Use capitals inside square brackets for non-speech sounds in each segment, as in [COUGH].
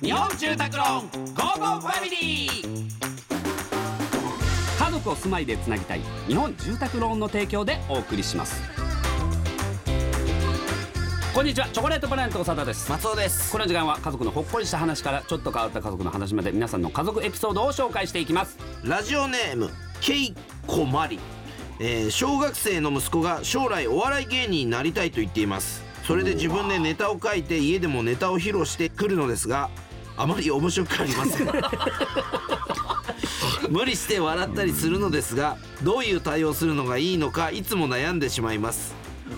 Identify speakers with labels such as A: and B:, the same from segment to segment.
A: 日本住宅ローンゴーゴーファミリー家族を住まいでつなぎたい日本住宅ローンの提供でお送りしますこんにちはチョコレートプラネット長田です
B: 松尾です
A: この時間は家族のほっこりした話からちょっと変わった家族の話まで皆さんの家族エピソードを紹介していきます
B: ラジオネームケイコマリ、えー小学生の息子が将来お笑い芸人になりたいと言っていますそれで自分でネタを書いて家でもネタを披露してくるのですがあまり面白くありま
A: [LAUGHS]
B: せん無理して笑ったりするのですがどういう対応するのがいいのかいつも悩んでしまいます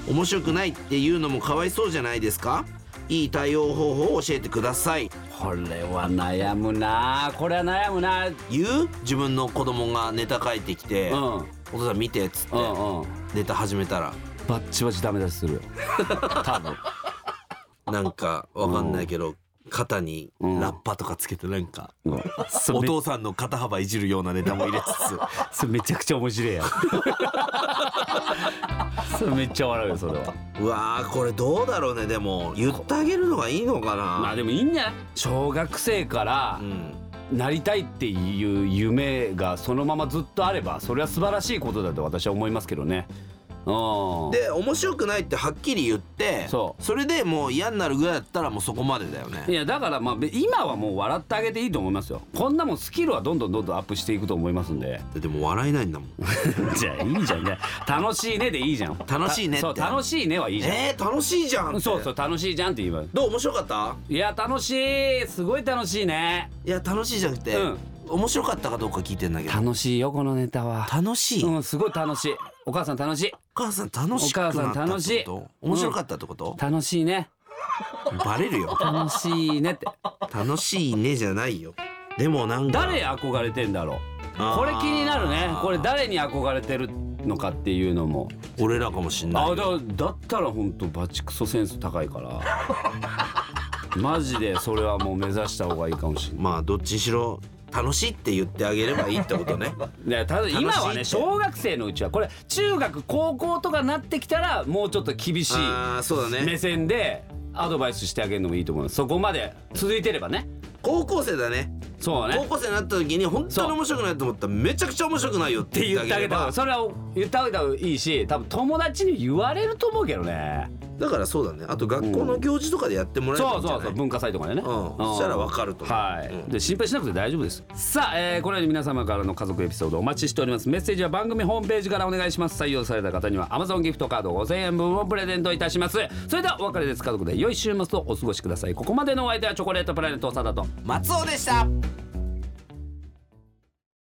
B: 面白くないっていうのもかわいそうじゃないですかいい対応方法を教えてください
A: これは悩むなこれは悩むな
B: 言う自分の子供がネタ書いてきて、
A: うん
B: お父さん見てっつって、
A: うんうん
B: ネタ始めたら
A: バッチバチダメ出しするよ多 [LAUGHS] 分
B: なんかわかんないけど、肩にラッパとかつけてなんか、
A: うん
B: お父さんの肩幅いじるようなネタも入れつ
A: それめちゃくちゃ面白いやん [LAUGHS] それめっちゃ笑うよそれは
B: つ [LAUGHS] うわーこれどうだろうねでも言ってあげるのがいいのかな、
A: まあでもいいんじゃない小学生から
B: うん、
A: なりたいっていう夢がそのままずっとあればそれは素晴らしいことだと私は思いますけどねうん
B: で面白くないってはっきり言って
A: そう
B: れでもう嫌になるぐらいだったらもうそこまでだよ
A: い
B: ね
A: やだからまあべ今はもう笑ってあげていいと思いますよこんなもんスキルはどんどんどんどんアップしていくと思いますんで
B: でも笑えないんだもん
A: [LAUGHS] じゃあいいじゃんね楽しいねでいいじゃん
B: 楽しいねって
A: そう楽しいねはいいじゃん、
B: えー、楽しいじゃんって
A: そうそう楽しいじゃんって言えば
B: どう面白かった
A: いや楽しいすごい楽しいね
B: いや楽しいじゃなくて、
A: うん
B: 面白かったかどうか聞いてんだけど
A: 楽しいよこのネタは
B: 楽しい、
A: う
B: お
A: んすごい楽しいお母さん楽しい
B: 母さん楽しくなった
A: お母さん楽し
B: って
A: い
B: こと面白かったってこと、
A: 楽しいね
B: バレるよ
A: 楽しいねって
B: 楽しいねじゃないよでもなんか
A: 誰憧れてんだろ
B: あ
A: う
B: ー
A: これ気になるねこれ誰に憧れてるのかっていうのも
B: 俺らかもしんな
A: あ
B: いけど
A: だだったら本当バチクソセンス高い
B: [LAUGHS]
A: からマジでそれはもう目指した方がいいかもしれない
B: まあどっちにしろ楽しいって言ってあげればいいってこ
A: [LAUGHS]
B: とね
A: ねただ
B: しいって
A: 今はね小学生のうちはこれ中学高校とかなってきたらもうちょっと厳しい
B: ああそうだ
A: 目
B: ね
A: 線でアドバイスしてあげるのもいいと思うそこまで続いてればね
B: 高校生だね
A: そうね
B: 高校生になった時に本当に面白くないと思ったらめちゃくちゃ面白くないよっ
A: ってて
B: 言
A: 言
B: っ
A: ってて
B: あ
A: あ
B: げれ
A: げた
B: ば
A: らそれは言ってあげた方がいいし多分友達に言われると思うけどね
B: だからそうだねあと学校の行事とかでやってもらえる
A: そう
B: んじゃ
A: そう
B: な
A: そう
B: い
A: 文化祭とかでね、
B: うんそしたらわかると思う
A: はい、
B: うん
A: で心配しなくて大丈夫ですさあ、えーこのように皆様からの家族エピソードお待ちしておりますメッセージは番組ホームページからお願いします採用された方には Amazon ギフトカード5000円分をプレゼントいたしますそれではお別れです家族で良い週末をお過ごしくださいここまでのお相手はチョコレートプラネット長田と
B: 松尾でした